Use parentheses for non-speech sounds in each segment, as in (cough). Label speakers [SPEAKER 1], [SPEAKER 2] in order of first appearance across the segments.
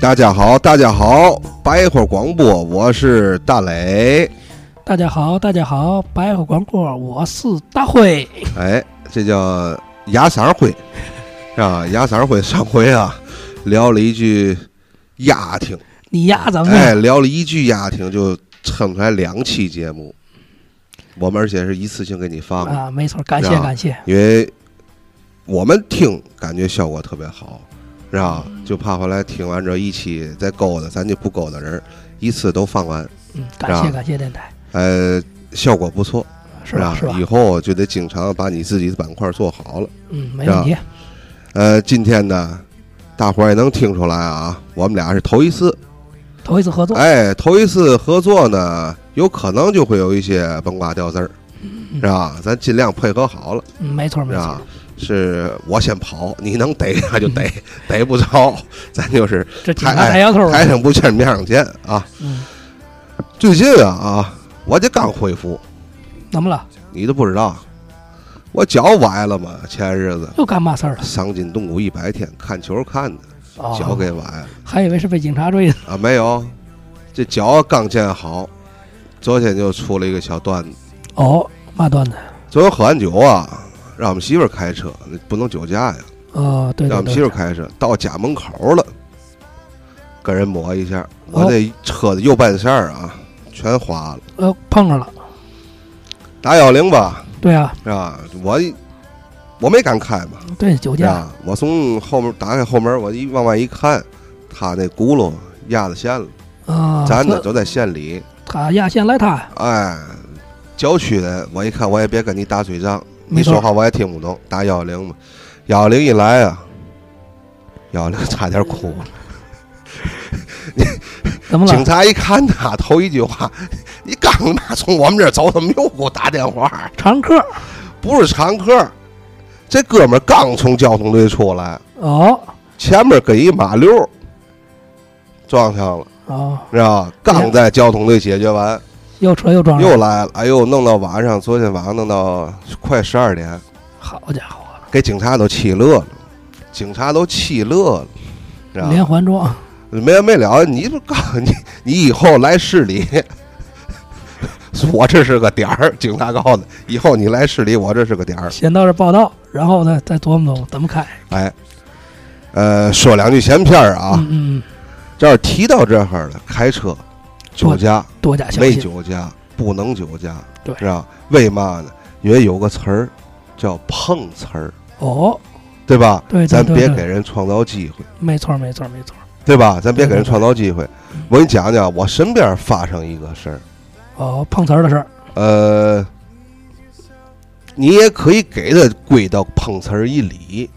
[SPEAKER 1] 大家好，大家好，白话广播，我是大磊。
[SPEAKER 2] 大家好，大家好，白话广播，我是大辉。
[SPEAKER 1] 哎，这叫牙色儿灰啊！牙色儿灰上回啊，聊了一句压挺，
[SPEAKER 2] 你压咱们、
[SPEAKER 1] 哎，聊了一句压挺就撑出来两期节目，我们而且是一次性给你发了，
[SPEAKER 2] 啊，没错，感谢
[SPEAKER 1] 啊
[SPEAKER 2] 感谢。
[SPEAKER 1] 因为我们听感觉效果特别好，是吧？就怕回来听完这一期再勾搭咱就不勾搭人儿，一次都放完，
[SPEAKER 2] 嗯，感
[SPEAKER 1] 是
[SPEAKER 2] 谢
[SPEAKER 1] 吧
[SPEAKER 2] 感谢电台，
[SPEAKER 1] 呃，效果不错，
[SPEAKER 2] 是吧？是吧
[SPEAKER 1] 以？后就得经常把你自己的板块做好了。
[SPEAKER 2] 嗯，没问题。
[SPEAKER 1] 呃，今天呢，大伙儿也能听出来啊，我们俩是头一次，
[SPEAKER 2] 头一次合作，
[SPEAKER 1] 哎，头一次合作呢，有可能就会有一些崩瓜掉字儿，是吧？咱尽量配合好了，
[SPEAKER 2] 嗯，没错
[SPEAKER 1] 是
[SPEAKER 2] 嗯没错
[SPEAKER 1] 吧。？是我先跑，你能逮他就逮，逮不着，咱就是
[SPEAKER 2] 这警
[SPEAKER 1] 抬
[SPEAKER 2] 察嗯抬摇头了，
[SPEAKER 1] 台上不见面上见啊。
[SPEAKER 2] 嗯，
[SPEAKER 1] 最近啊啊，我这刚恢复，
[SPEAKER 2] 怎么了？
[SPEAKER 1] 你都不知道，我脚崴了嘛，前日子
[SPEAKER 2] 又干嘛事儿了？
[SPEAKER 1] 伤筋动骨一百天，看球看的，
[SPEAKER 2] 哦
[SPEAKER 1] 脚给崴了。
[SPEAKER 2] 还以为是被警察追的。
[SPEAKER 1] 啊，没有，这脚刚建好，昨天就出了一个小段子。
[SPEAKER 2] 哦，嘛段子？
[SPEAKER 1] 昨天喝完酒啊，让我们媳妇儿开车，不能酒驾呀，
[SPEAKER 2] 哦，对
[SPEAKER 1] 让
[SPEAKER 2] 对
[SPEAKER 1] 我们媳妇
[SPEAKER 2] 对
[SPEAKER 1] 儿，开车到家门口了，跟人磨一下，我
[SPEAKER 2] 哦
[SPEAKER 1] 这车的右半线儿啊全花了，
[SPEAKER 2] 呃，碰上了。
[SPEAKER 1] 打幺零吧，
[SPEAKER 2] 对啊，
[SPEAKER 1] 是吧？我一我没敢开嘛，
[SPEAKER 2] 对酒
[SPEAKER 1] 是
[SPEAKER 2] 驾，
[SPEAKER 1] 吧？我从后门打开后门，我一往外一看，他那轱辘压着线了，
[SPEAKER 2] 啊，
[SPEAKER 1] 咱呢
[SPEAKER 2] 这
[SPEAKER 1] 就在线里。
[SPEAKER 2] 他压线来他，
[SPEAKER 1] 哎，郊区的，我一看我也别跟你打嘴仗，你
[SPEAKER 2] 没错
[SPEAKER 1] 说话我也听不懂，打幺零嘛，幺零一来啊，幺零差点
[SPEAKER 2] (laughs)
[SPEAKER 1] 哭了。
[SPEAKER 2] 怎么
[SPEAKER 1] 警
[SPEAKER 2] 了？
[SPEAKER 1] 察一看他，头一句话：“你刚他妈从我们这儿走，怎么又给我打电话？
[SPEAKER 2] 常客。
[SPEAKER 1] 不是常客，这哥们儿刚从交通队出来，
[SPEAKER 2] 哦
[SPEAKER 1] 前面跟一马六撞上了，
[SPEAKER 2] 哦，
[SPEAKER 1] 知道吧？刚在交通队解决完，
[SPEAKER 2] 又车又撞上了，
[SPEAKER 1] 又来了，哎呦，弄到晚上，昨天晚上弄到快十二点。”
[SPEAKER 2] 好家伙！
[SPEAKER 1] 给警察都气乐了，警察都气乐了，知道
[SPEAKER 2] 连
[SPEAKER 1] 吧？
[SPEAKER 2] 环撞，
[SPEAKER 1] 没完没了，你不告诉 (laughs) 你，你以后来市里，我这是个点儿。警察告诉你，以后你来市里，我这是个点儿。
[SPEAKER 2] 先到这报道，然后呢再琢磨琢磨怎么开。
[SPEAKER 1] 哎，呃，说两句闲篇儿啊，
[SPEAKER 2] 嗯嗯，
[SPEAKER 1] 这要是提到这儿了，开车酒驾、
[SPEAKER 2] 嗯多加小
[SPEAKER 1] 未
[SPEAKER 2] 心。
[SPEAKER 1] 酒驾、不能酒驾，
[SPEAKER 2] 对
[SPEAKER 1] 知道为嘛呢？因为有个词儿叫碰瓷儿，
[SPEAKER 2] 哦，
[SPEAKER 1] 对吧？
[SPEAKER 2] 对对
[SPEAKER 1] 咱
[SPEAKER 2] 对
[SPEAKER 1] 别
[SPEAKER 2] 对
[SPEAKER 1] 给人创造机会。
[SPEAKER 2] 没错没错没错。
[SPEAKER 1] 对吧？咱别给人
[SPEAKER 2] 对对对
[SPEAKER 1] 创造机会。我给你讲讲我身边发生一个事儿，
[SPEAKER 2] 哦，碰瓷儿的事儿，
[SPEAKER 1] 呃，你也可以给他归到碰瓷儿一理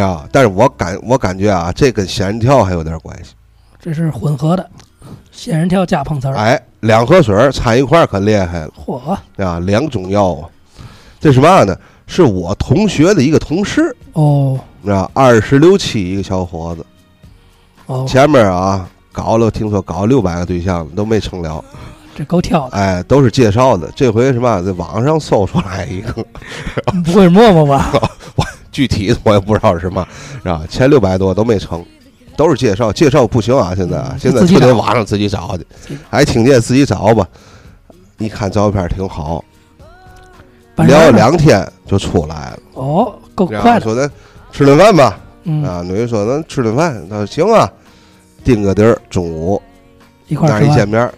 [SPEAKER 1] 啊，但是我感我感觉啊，这跟仙人跳还有点关系。
[SPEAKER 2] 这是混合的，仙人跳加碰瓷儿。
[SPEAKER 1] 哎，两河水儿掺一块儿可厉害了
[SPEAKER 2] 嚯，
[SPEAKER 1] 啊，两种药啊，这是嘛呢？是我同学的一个同事
[SPEAKER 2] 哦
[SPEAKER 1] 啊，二十六七一个小伙子，
[SPEAKER 2] 哦，
[SPEAKER 1] 前面啊搞了，听说搞了六百个对象都没成了。
[SPEAKER 2] 这够挑的，
[SPEAKER 1] 哎，都是介绍的。这回是嘛，在网上搜出来一个， (laughs)
[SPEAKER 2] 不会是陌陌吧？
[SPEAKER 1] 具体的我也不知道是嘛，是吧？前六百多都没成，都是介绍，介绍不行啊，现在啊
[SPEAKER 2] 嗯
[SPEAKER 1] 现在
[SPEAKER 2] 自己
[SPEAKER 1] 就得
[SPEAKER 2] 找
[SPEAKER 1] 网上自己找去
[SPEAKER 2] 自己，
[SPEAKER 1] 还听见自己找吧。一看照片挺好，
[SPEAKER 2] 办事
[SPEAKER 1] 聊
[SPEAKER 2] 儿
[SPEAKER 1] 了
[SPEAKER 2] 呢
[SPEAKER 1] 两天就出来了。
[SPEAKER 2] 哦，够
[SPEAKER 1] 然后
[SPEAKER 2] 快的，
[SPEAKER 1] 说咱吃顿饭吧，
[SPEAKER 2] 嗯，
[SPEAKER 1] 啊，女的说咱吃顿饭，他说行啊，定个地儿，中午
[SPEAKER 2] 一块
[SPEAKER 1] 那
[SPEAKER 2] 儿
[SPEAKER 1] 儿
[SPEAKER 2] 吃
[SPEAKER 1] 一见
[SPEAKER 2] 饭。
[SPEAKER 1] 面，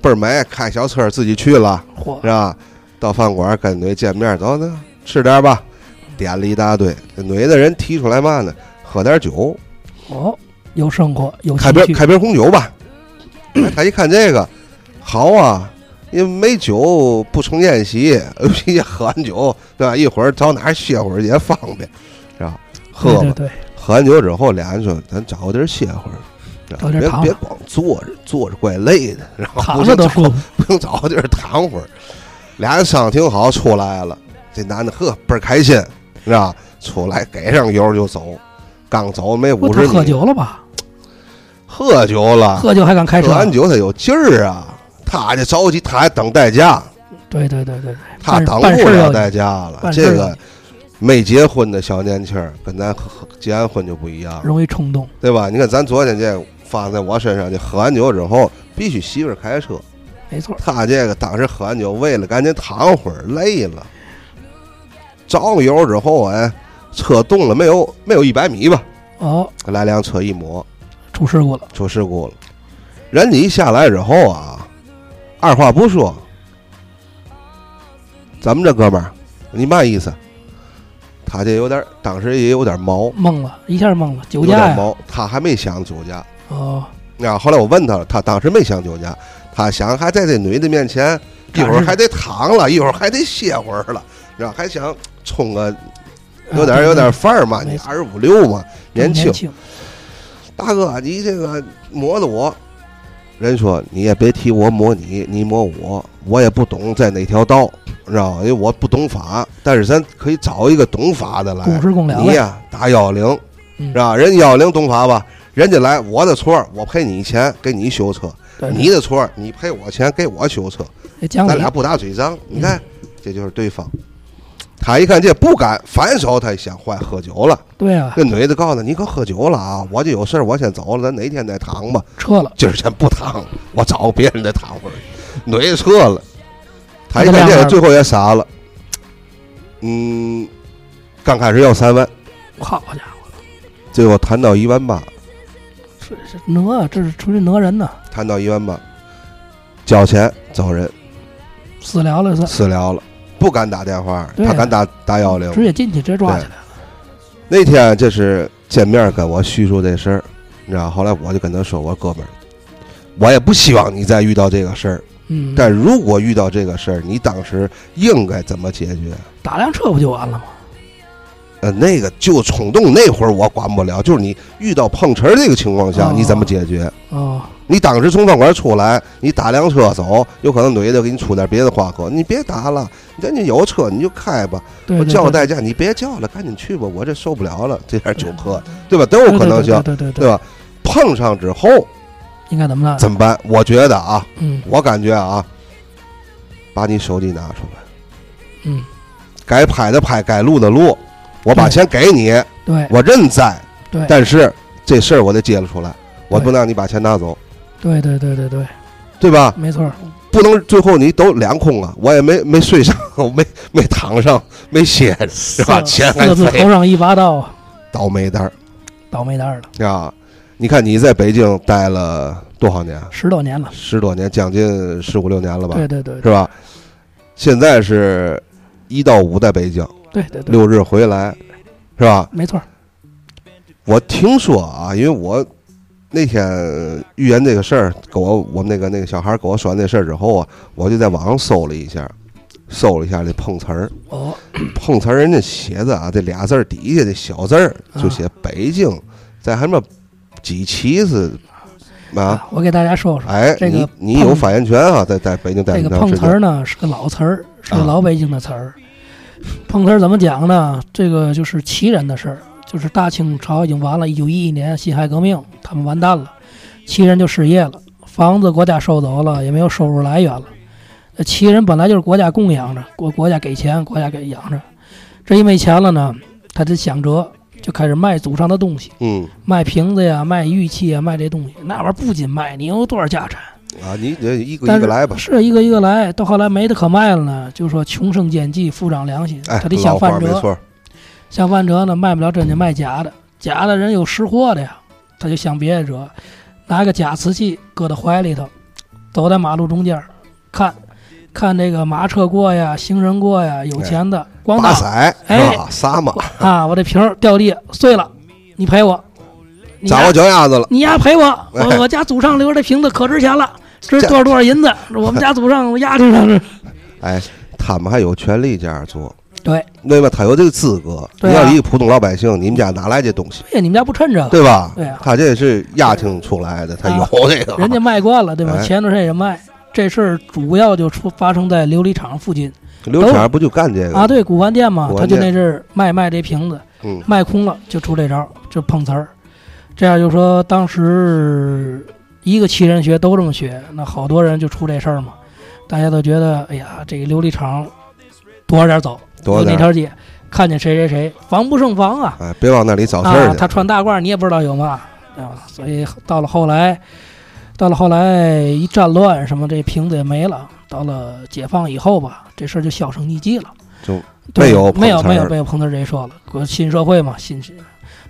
[SPEAKER 1] 倍儿美，开小车自己去了。
[SPEAKER 2] 嚯，
[SPEAKER 1] 是吧？到饭馆跟女见面，走走吃点吧，点了一大堆。女的人提出来嘛呢？喝点酒，
[SPEAKER 2] 哦，有生活，有
[SPEAKER 1] 开
[SPEAKER 2] 情
[SPEAKER 1] 瓶
[SPEAKER 2] 趣，
[SPEAKER 1] 开瓶红酒吧。 (coughs) 哎他一看这个，好啊，因为没酒不成宴席， (laughs) 尤其喝完酒，对吧？一会儿找哪儿歇会儿也方便，是吧？喝
[SPEAKER 2] 对
[SPEAKER 1] 吧，
[SPEAKER 2] 对对，
[SPEAKER 1] 喝完酒之后，俩人说咱找个地儿歇会儿。是吧
[SPEAKER 2] 找地儿
[SPEAKER 1] 别
[SPEAKER 2] 躺
[SPEAKER 1] 别
[SPEAKER 2] 躺
[SPEAKER 1] 光坐着，坐着怪累的，然后
[SPEAKER 2] 躺着都舒服。
[SPEAKER 1] 哦不用找个地儿躺会儿。俩人商量挺好，出来了。这男的呵倍儿开心，是吧？出来给上油就走，刚走没
[SPEAKER 2] 不，
[SPEAKER 1] 五
[SPEAKER 2] 他
[SPEAKER 1] 十
[SPEAKER 2] 喝
[SPEAKER 1] 米，
[SPEAKER 2] 酒了吧？
[SPEAKER 1] 喝酒了，
[SPEAKER 2] 喝酒还敢开车
[SPEAKER 1] 喝？完酒他有劲儿啊，他这着急，他还等代驾，
[SPEAKER 2] 对对对对，
[SPEAKER 1] 他
[SPEAKER 2] 办
[SPEAKER 1] 挡
[SPEAKER 2] 办
[SPEAKER 1] 不
[SPEAKER 2] 事儿
[SPEAKER 1] 了
[SPEAKER 2] 要
[SPEAKER 1] 代驾了。
[SPEAKER 2] 办事
[SPEAKER 1] 这
[SPEAKER 2] 儿
[SPEAKER 1] 个没结婚的小年轻儿跟咱喝结完婚就不一样，
[SPEAKER 2] 容易冲动，
[SPEAKER 1] 对吧？你看咱昨天这发在我身上，这喝完酒之后必须媳妇儿开车，
[SPEAKER 2] 没错儿，
[SPEAKER 1] 他这个当时喝完酒，为了赶紧躺会儿，累了，着了油之后，哎，车动了没有？没有一百米吧，
[SPEAKER 2] 哦，
[SPEAKER 1] 来辆车一抹，
[SPEAKER 2] 出事故了，
[SPEAKER 1] 出事故了。人家一下来之后啊，二话不说，咱们这哥们儿，你嘛意思？他这有点儿，当时也有点儿毛，
[SPEAKER 2] 懵了，一下懵了，酒
[SPEAKER 1] 有
[SPEAKER 2] 驾
[SPEAKER 1] 点儿
[SPEAKER 2] 呀、
[SPEAKER 1] 毛，他还没想酒驾。
[SPEAKER 2] 哦，
[SPEAKER 1] 啊，后来我问他了，他当时没想酒驾，他想还在这女的面前，一会儿还得躺了，一会儿还得歇会儿了，然后还想冲个有点
[SPEAKER 2] 啊
[SPEAKER 1] 有点范儿嘛，
[SPEAKER 2] 没
[SPEAKER 1] 你
[SPEAKER 2] 错
[SPEAKER 1] 二十五六嘛，
[SPEAKER 2] 对对
[SPEAKER 1] 年轻
[SPEAKER 2] 年。轻，
[SPEAKER 1] 大哥，你这个磨的我，人说你也别提我磨你，你磨我，我也不懂在哪条道，知道吧？因为我不懂法，但是咱可以找一个懂法的来。
[SPEAKER 2] 公事公了
[SPEAKER 1] 哎你
[SPEAKER 2] 呗，
[SPEAKER 1] 呀、打幺零，
[SPEAKER 2] 嗯
[SPEAKER 1] 是吧？人幺零懂法吧？人家来我的错儿，我赔你钱，给你修车；
[SPEAKER 2] 对哎嗯
[SPEAKER 1] 你的错儿，你赔我钱，给我修车。
[SPEAKER 2] 也讲
[SPEAKER 1] 咱
[SPEAKER 2] 理
[SPEAKER 1] 俩，不打嘴仗，你看，
[SPEAKER 2] 嗯
[SPEAKER 1] 这就是对方。他一看这不敢，反手他想坏喝酒了。
[SPEAKER 2] 对啊，
[SPEAKER 1] 这女的告诉他：“你可喝酒了啊！我就有事儿，我先走了，咱哪天再躺吧。
[SPEAKER 2] 撤了，
[SPEAKER 1] 今儿先不躺，我找别人再躺会儿。”女的撤了，他一
[SPEAKER 2] 他
[SPEAKER 1] 看
[SPEAKER 2] 们
[SPEAKER 1] 这
[SPEAKER 2] 俩
[SPEAKER 1] 个，最后也傻了。嗯，刚开始要三万，
[SPEAKER 2] 好家伙，
[SPEAKER 1] 最后谈到一万八。
[SPEAKER 2] 这是讹，这是出去讹人呢，
[SPEAKER 1] 谈到一万八，交钱走人，
[SPEAKER 2] 私聊了是，
[SPEAKER 1] 私聊了，不敢打电话，
[SPEAKER 2] 对啊
[SPEAKER 1] 他敢打打幺
[SPEAKER 2] 直
[SPEAKER 1] 零。
[SPEAKER 2] 接进去，直接抓起来了，
[SPEAKER 1] 那天这是见面跟我叙述这事儿，你知道，后来我就跟他说，我说哥们儿，我也不希望你再遇到这个事儿，
[SPEAKER 2] 嗯，
[SPEAKER 1] 但如果遇到这个事儿，你当时应该怎么解决？
[SPEAKER 2] 打辆车不就完了吗？
[SPEAKER 1] 呃，那个就冲动那会儿我管不了，就是你遇到碰瓷儿这个情况下，
[SPEAKER 2] 哦
[SPEAKER 1] 你怎么解决？
[SPEAKER 2] 哦，
[SPEAKER 1] 你当时从饭馆出来，你打辆车走，有可能女的给你出点别的花口，你别打了，人家有车你就开吧。
[SPEAKER 2] 对，
[SPEAKER 1] 我
[SPEAKER 2] 对
[SPEAKER 1] 叫
[SPEAKER 2] 对
[SPEAKER 1] 个代驾，你别叫了，赶紧去吧，我这受不了了，这点酒喝，对
[SPEAKER 2] 对
[SPEAKER 1] 吧？都有可能性，
[SPEAKER 2] 对对对
[SPEAKER 1] 对
[SPEAKER 2] 对，
[SPEAKER 1] 吧？碰上之后
[SPEAKER 2] 应该怎么办？
[SPEAKER 1] 怎么办？我觉得啊，
[SPEAKER 2] 嗯
[SPEAKER 1] 我感觉啊，把你手机拿出来，
[SPEAKER 2] 嗯，
[SPEAKER 1] 该拍的拍，该录的录，我把
[SPEAKER 2] 对
[SPEAKER 1] 钱给你，
[SPEAKER 2] 对
[SPEAKER 1] 我认栽，
[SPEAKER 2] 对
[SPEAKER 1] 但是这事儿我得揭露出来，我
[SPEAKER 2] 对
[SPEAKER 1] 不能让你把钱拿走，
[SPEAKER 2] 对对对对对，
[SPEAKER 1] 对吧？(laughs)
[SPEAKER 2] 没错儿，
[SPEAKER 1] 不能最后你都两空啊！我也没没睡上， (laughs) 我没没躺上，没歇着，哎是吧？
[SPEAKER 2] 四
[SPEAKER 1] 钱还
[SPEAKER 2] 四字
[SPEAKER 1] 飞
[SPEAKER 2] 头上一把刀，
[SPEAKER 1] 倒霉蛋
[SPEAKER 2] 倒霉蛋儿了，
[SPEAKER 1] 儿啊！你看你在北京待了多少年？
[SPEAKER 2] 十多年了，
[SPEAKER 1] 十多年，将近十五六年了吧？
[SPEAKER 2] 对对对
[SPEAKER 1] 是吧？现在是一到五在北京，
[SPEAKER 2] 对对对，
[SPEAKER 1] 六日回来，是吧？
[SPEAKER 2] 没错儿，
[SPEAKER 1] 我听说啊，因为我那天预言这个事儿，给我我们那个那个小孩儿给我说完这事儿之后啊，我就在网上搜了一下，搜了一下这碰瓷儿。
[SPEAKER 2] 哦，
[SPEAKER 1] 碰瓷儿人家写的啊，这俩字儿底下这小字儿就写北京，在什么几旗子啊？
[SPEAKER 2] 啊我给大家说说。
[SPEAKER 1] 哎，
[SPEAKER 2] 这个
[SPEAKER 1] 你你有发言权啊，在在北京待
[SPEAKER 2] 这个
[SPEAKER 1] 多长
[SPEAKER 2] 碰
[SPEAKER 1] 时
[SPEAKER 2] 瓷
[SPEAKER 1] 间？
[SPEAKER 2] 儿呢是个老词儿，是
[SPEAKER 1] 啊
[SPEAKER 2] 个老北京的词儿。碰瓷儿怎么讲呢？这个就是旗人的事儿，就是大清朝已经完了，一九一一年辛亥革命，他们完蛋了，旗人就失业了，房子国家收走了，也没有收入来源了。那旗人本来就是国家供养着，国国家给钱，国家给养着，这一没钱了呢，他就想辙，就开始卖祖上的东西，
[SPEAKER 1] 嗯
[SPEAKER 2] 卖瓶子呀，卖玉器呀，卖这东西，那玩意儿不仅卖，你有多少家产？
[SPEAKER 1] 啊，你这一个
[SPEAKER 2] 但
[SPEAKER 1] 一
[SPEAKER 2] 是
[SPEAKER 1] 个来吧。
[SPEAKER 2] 是一个一个来，到后来没得可卖了呢，就说穷生奸计，富长良心。
[SPEAKER 1] 哎
[SPEAKER 2] 他得，想
[SPEAKER 1] 老话
[SPEAKER 2] 饭
[SPEAKER 1] 没
[SPEAKER 2] 辙，
[SPEAKER 1] 错儿，
[SPEAKER 2] 想饭辙呢，卖不了真的，卖假的，假的人有识货的呀，他就想别的辙，拿个假瓷器搁到怀里头，走在马路中间儿看，看这个马车过呀，行人过呀，有钱的咣
[SPEAKER 1] 八
[SPEAKER 2] 当
[SPEAKER 1] 色
[SPEAKER 2] 哎
[SPEAKER 1] 是吧？撒嘛，
[SPEAKER 2] 啊，我这瓶儿掉地下碎了，你赔我，你
[SPEAKER 1] 砸我脚丫子了。
[SPEAKER 2] 你丫赔我，
[SPEAKER 1] 哎
[SPEAKER 2] 我我家祖上留着的瓶子可值钱了，值
[SPEAKER 1] 这
[SPEAKER 2] 多少多少银子，我们家祖上我压去
[SPEAKER 1] (laughs)
[SPEAKER 2] 上是。
[SPEAKER 1] 哎，他们还有权利这样做，
[SPEAKER 2] 对
[SPEAKER 1] 对吧？他有这个资格。
[SPEAKER 2] 对
[SPEAKER 1] 你
[SPEAKER 2] 啊
[SPEAKER 1] 要一个普通老百姓，你们家哪来这东西，
[SPEAKER 2] 哎对呀，你们家不趁这个，
[SPEAKER 1] 对吧？
[SPEAKER 2] 对啊
[SPEAKER 1] 他这是压听出来的，他
[SPEAKER 2] 啊
[SPEAKER 1] 有这个。
[SPEAKER 2] 人家卖惯了，对吧？
[SPEAKER 1] 哎
[SPEAKER 2] 前段时间也卖，这事儿主要就出发生在琉璃厂附近
[SPEAKER 1] 刘
[SPEAKER 2] 都
[SPEAKER 1] 谦儿不就干这个
[SPEAKER 2] 啊。对，古玩店嘛，
[SPEAKER 1] 古
[SPEAKER 2] 他
[SPEAKER 1] 玩
[SPEAKER 2] 就
[SPEAKER 1] 店
[SPEAKER 2] 那阵儿卖卖这瓶子，
[SPEAKER 1] 嗯
[SPEAKER 2] 卖空了就出这招，就碰瓷儿。这样就说当时一个齐人学都这么学，那好多人就出这事儿嘛，大家都觉得哎呀，这个琉璃厂躲着点走，
[SPEAKER 1] 多
[SPEAKER 2] 有哪
[SPEAKER 1] 点儿
[SPEAKER 2] 条街看见谁谁谁，防不胜防啊！
[SPEAKER 1] 哎，别往那里找事儿
[SPEAKER 2] 啊，
[SPEAKER 1] 去。
[SPEAKER 2] 他穿大褂，你也不知道有嘛，对吧？所以到了后来，到了后来一战乱什么，这瓶子也没了。到了解放以后吧，这事儿就销声匿迹了，
[SPEAKER 1] 就
[SPEAKER 2] 对
[SPEAKER 1] 没有
[SPEAKER 2] 没有
[SPEAKER 1] 碰瓷儿
[SPEAKER 2] 没有没有碰瓷儿这一说了，国新社会嘛，新。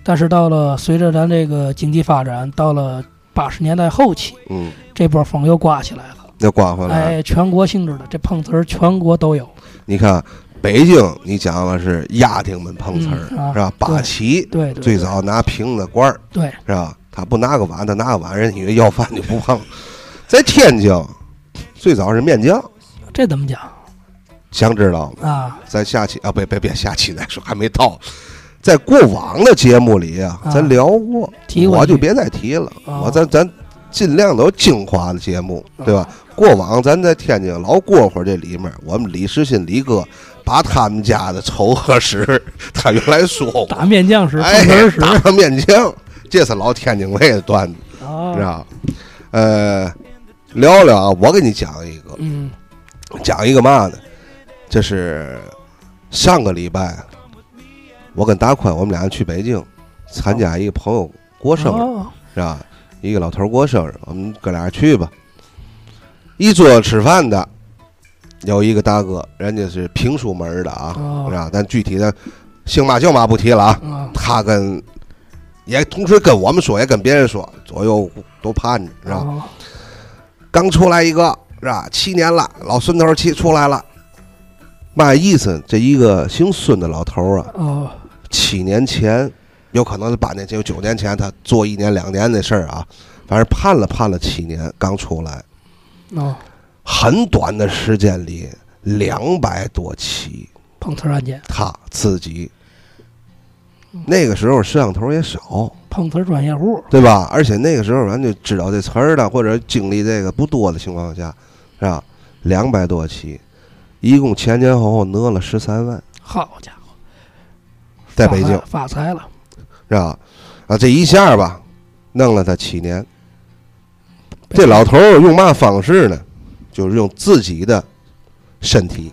[SPEAKER 2] 但是到了随着咱这个经济发展，到了八十年代后期，
[SPEAKER 1] 嗯，
[SPEAKER 2] 这波风又刮起来了。
[SPEAKER 1] 又刮回来。
[SPEAKER 2] 哎，全国性质的这碰瓷儿全国都有，
[SPEAKER 1] 你看北京，你讲了是丫挺们碰瓷儿、
[SPEAKER 2] 嗯啊
[SPEAKER 1] 是吧？八旗
[SPEAKER 2] 对对
[SPEAKER 1] 最
[SPEAKER 2] 对
[SPEAKER 1] 早拿瓶子罐儿
[SPEAKER 2] 对
[SPEAKER 1] 是吧？他不拿个碗，他拿个碗，人以为要饭就不碰。在天津，最早是面酱，
[SPEAKER 2] 这怎么讲
[SPEAKER 1] 想知道吗？
[SPEAKER 2] 啊？
[SPEAKER 1] 咱下期啊，别别别，下期再说，还没到。在过往的节目里啊，
[SPEAKER 2] 啊
[SPEAKER 1] 咱聊过，
[SPEAKER 2] 提过
[SPEAKER 1] 我
[SPEAKER 2] 一句
[SPEAKER 1] 就别再提了。
[SPEAKER 2] 哦
[SPEAKER 1] 我咱咱尽量都精华的节目，对吧？过往咱在天津老过会儿这里面，我们李世新李哥把他们家的仇和史，他原来说过，
[SPEAKER 2] 打面酱时、碰
[SPEAKER 1] 哎
[SPEAKER 2] 瓷
[SPEAKER 1] (laughs)
[SPEAKER 2] 儿，时，
[SPEAKER 1] 打上面酱，这是老天津卫的段子，
[SPEAKER 2] 啊
[SPEAKER 1] 知，道吧？呃，聊聊啊，我给你讲一个，
[SPEAKER 2] 嗯
[SPEAKER 1] 讲一个嘛呢？这是上个礼拜，我跟大宽我们俩去北京参加一个朋友过生日，
[SPEAKER 2] 哦
[SPEAKER 1] 是吧？一个老头儿过生日，我们哥俩去吧。一桌吃饭的有一个大哥，人家是评书门儿的啊，
[SPEAKER 2] 哦
[SPEAKER 1] 是吧？但具体的姓嘛叫嘛不提了啊。
[SPEAKER 2] 啊，
[SPEAKER 1] 他跟也同时跟我们说，也跟别人说，左右都盼着，是吧？
[SPEAKER 2] 后
[SPEAKER 1] 刚出来一个是吧？七年了，老孙头儿七出来了，嘛意思？这一个姓孙的老头儿啊，
[SPEAKER 2] 哦，
[SPEAKER 1] 七年前，有可能是八年前、有九年前，他做一年两年的事儿啊，反正判了判了七年，刚出来，
[SPEAKER 2] 哦，
[SPEAKER 1] 很短的时间里，两百多起，
[SPEAKER 2] 碰瓷儿案件，
[SPEAKER 1] 他自己。那个时候摄像头也少，
[SPEAKER 2] 碰瓷儿专业户，
[SPEAKER 1] 对吧？而且那个时候咱就知道这词儿了，或者经历这个不多的情况下，是吧？两百多起，一共前前后后讹了十三万，
[SPEAKER 2] 好家伙，
[SPEAKER 1] 在北京
[SPEAKER 2] 发财发财了，
[SPEAKER 1] 是吧？啊，这一下吧，弄了他七年。这老头儿用嘛方式呢？就是用自己的身体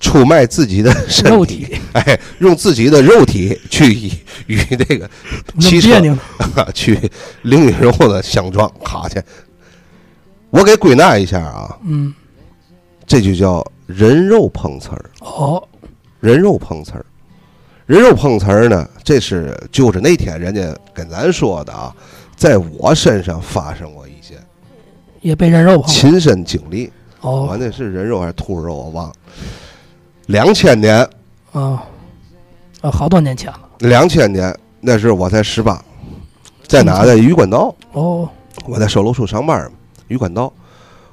[SPEAKER 1] 出卖自己的身
[SPEAKER 2] 肉
[SPEAKER 1] 体
[SPEAKER 2] 体
[SPEAKER 1] (laughs) 哎，用自己的肉体去与与那个
[SPEAKER 2] 那
[SPEAKER 1] 骑
[SPEAKER 2] 么
[SPEAKER 1] 车
[SPEAKER 2] 别扭呢，
[SPEAKER 1] (laughs) 去凌云楼的相撞，卡去。我给归纳一下啊，
[SPEAKER 2] 嗯，
[SPEAKER 1] 这就叫人肉碰瓷儿，
[SPEAKER 2] 哦，
[SPEAKER 1] 人肉碰瓷儿，人肉碰瓷儿呢，这是就是那天人家跟咱说的啊，在我身上发生过一件
[SPEAKER 2] 也被人肉碰了，
[SPEAKER 1] 亲身经历，我
[SPEAKER 2] 哦，
[SPEAKER 1] 那是人肉还是兔肉我忘了，两千年，
[SPEAKER 2] 啊，啊，好多年前了，
[SPEAKER 1] 两千年那是我才十八，在哪儿在余冠道，
[SPEAKER 2] 哦，
[SPEAKER 1] 我在售楼处上班儿嘛，余管道，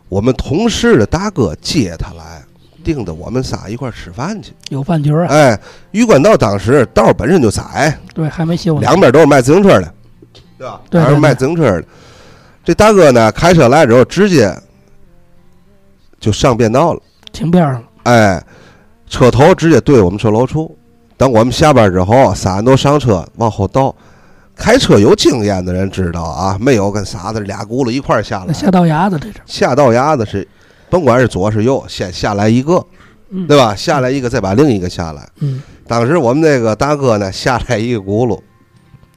[SPEAKER 1] 我们同事的大哥接他来，定的我们仨一块儿吃饭去。
[SPEAKER 2] 有饭局儿啊，
[SPEAKER 1] 哎，余管道当时道儿本身就窄，
[SPEAKER 2] 对，还没修呢，
[SPEAKER 1] 两边都是卖自行车的，对吧？
[SPEAKER 2] 对对对
[SPEAKER 1] 都是卖自行车的。这大哥呢，开车来之后直接就上便道了，
[SPEAKER 2] 停边上了，
[SPEAKER 1] 哎，车头直接对我们售楼处。等我们下班之后，仨人都上车往后倒。开车有经验的人知道啊，没有跟傻子俩轱辘一块儿下
[SPEAKER 2] 那
[SPEAKER 1] 来。
[SPEAKER 2] 下到牙子这是，
[SPEAKER 1] 下道牙子是，甭管是左是右，先下来一个，
[SPEAKER 2] 嗯
[SPEAKER 1] 对吧？下来一个，再把另一个下来。
[SPEAKER 2] 嗯，
[SPEAKER 1] 当时我们那个大哥呢，下来一个轱辘，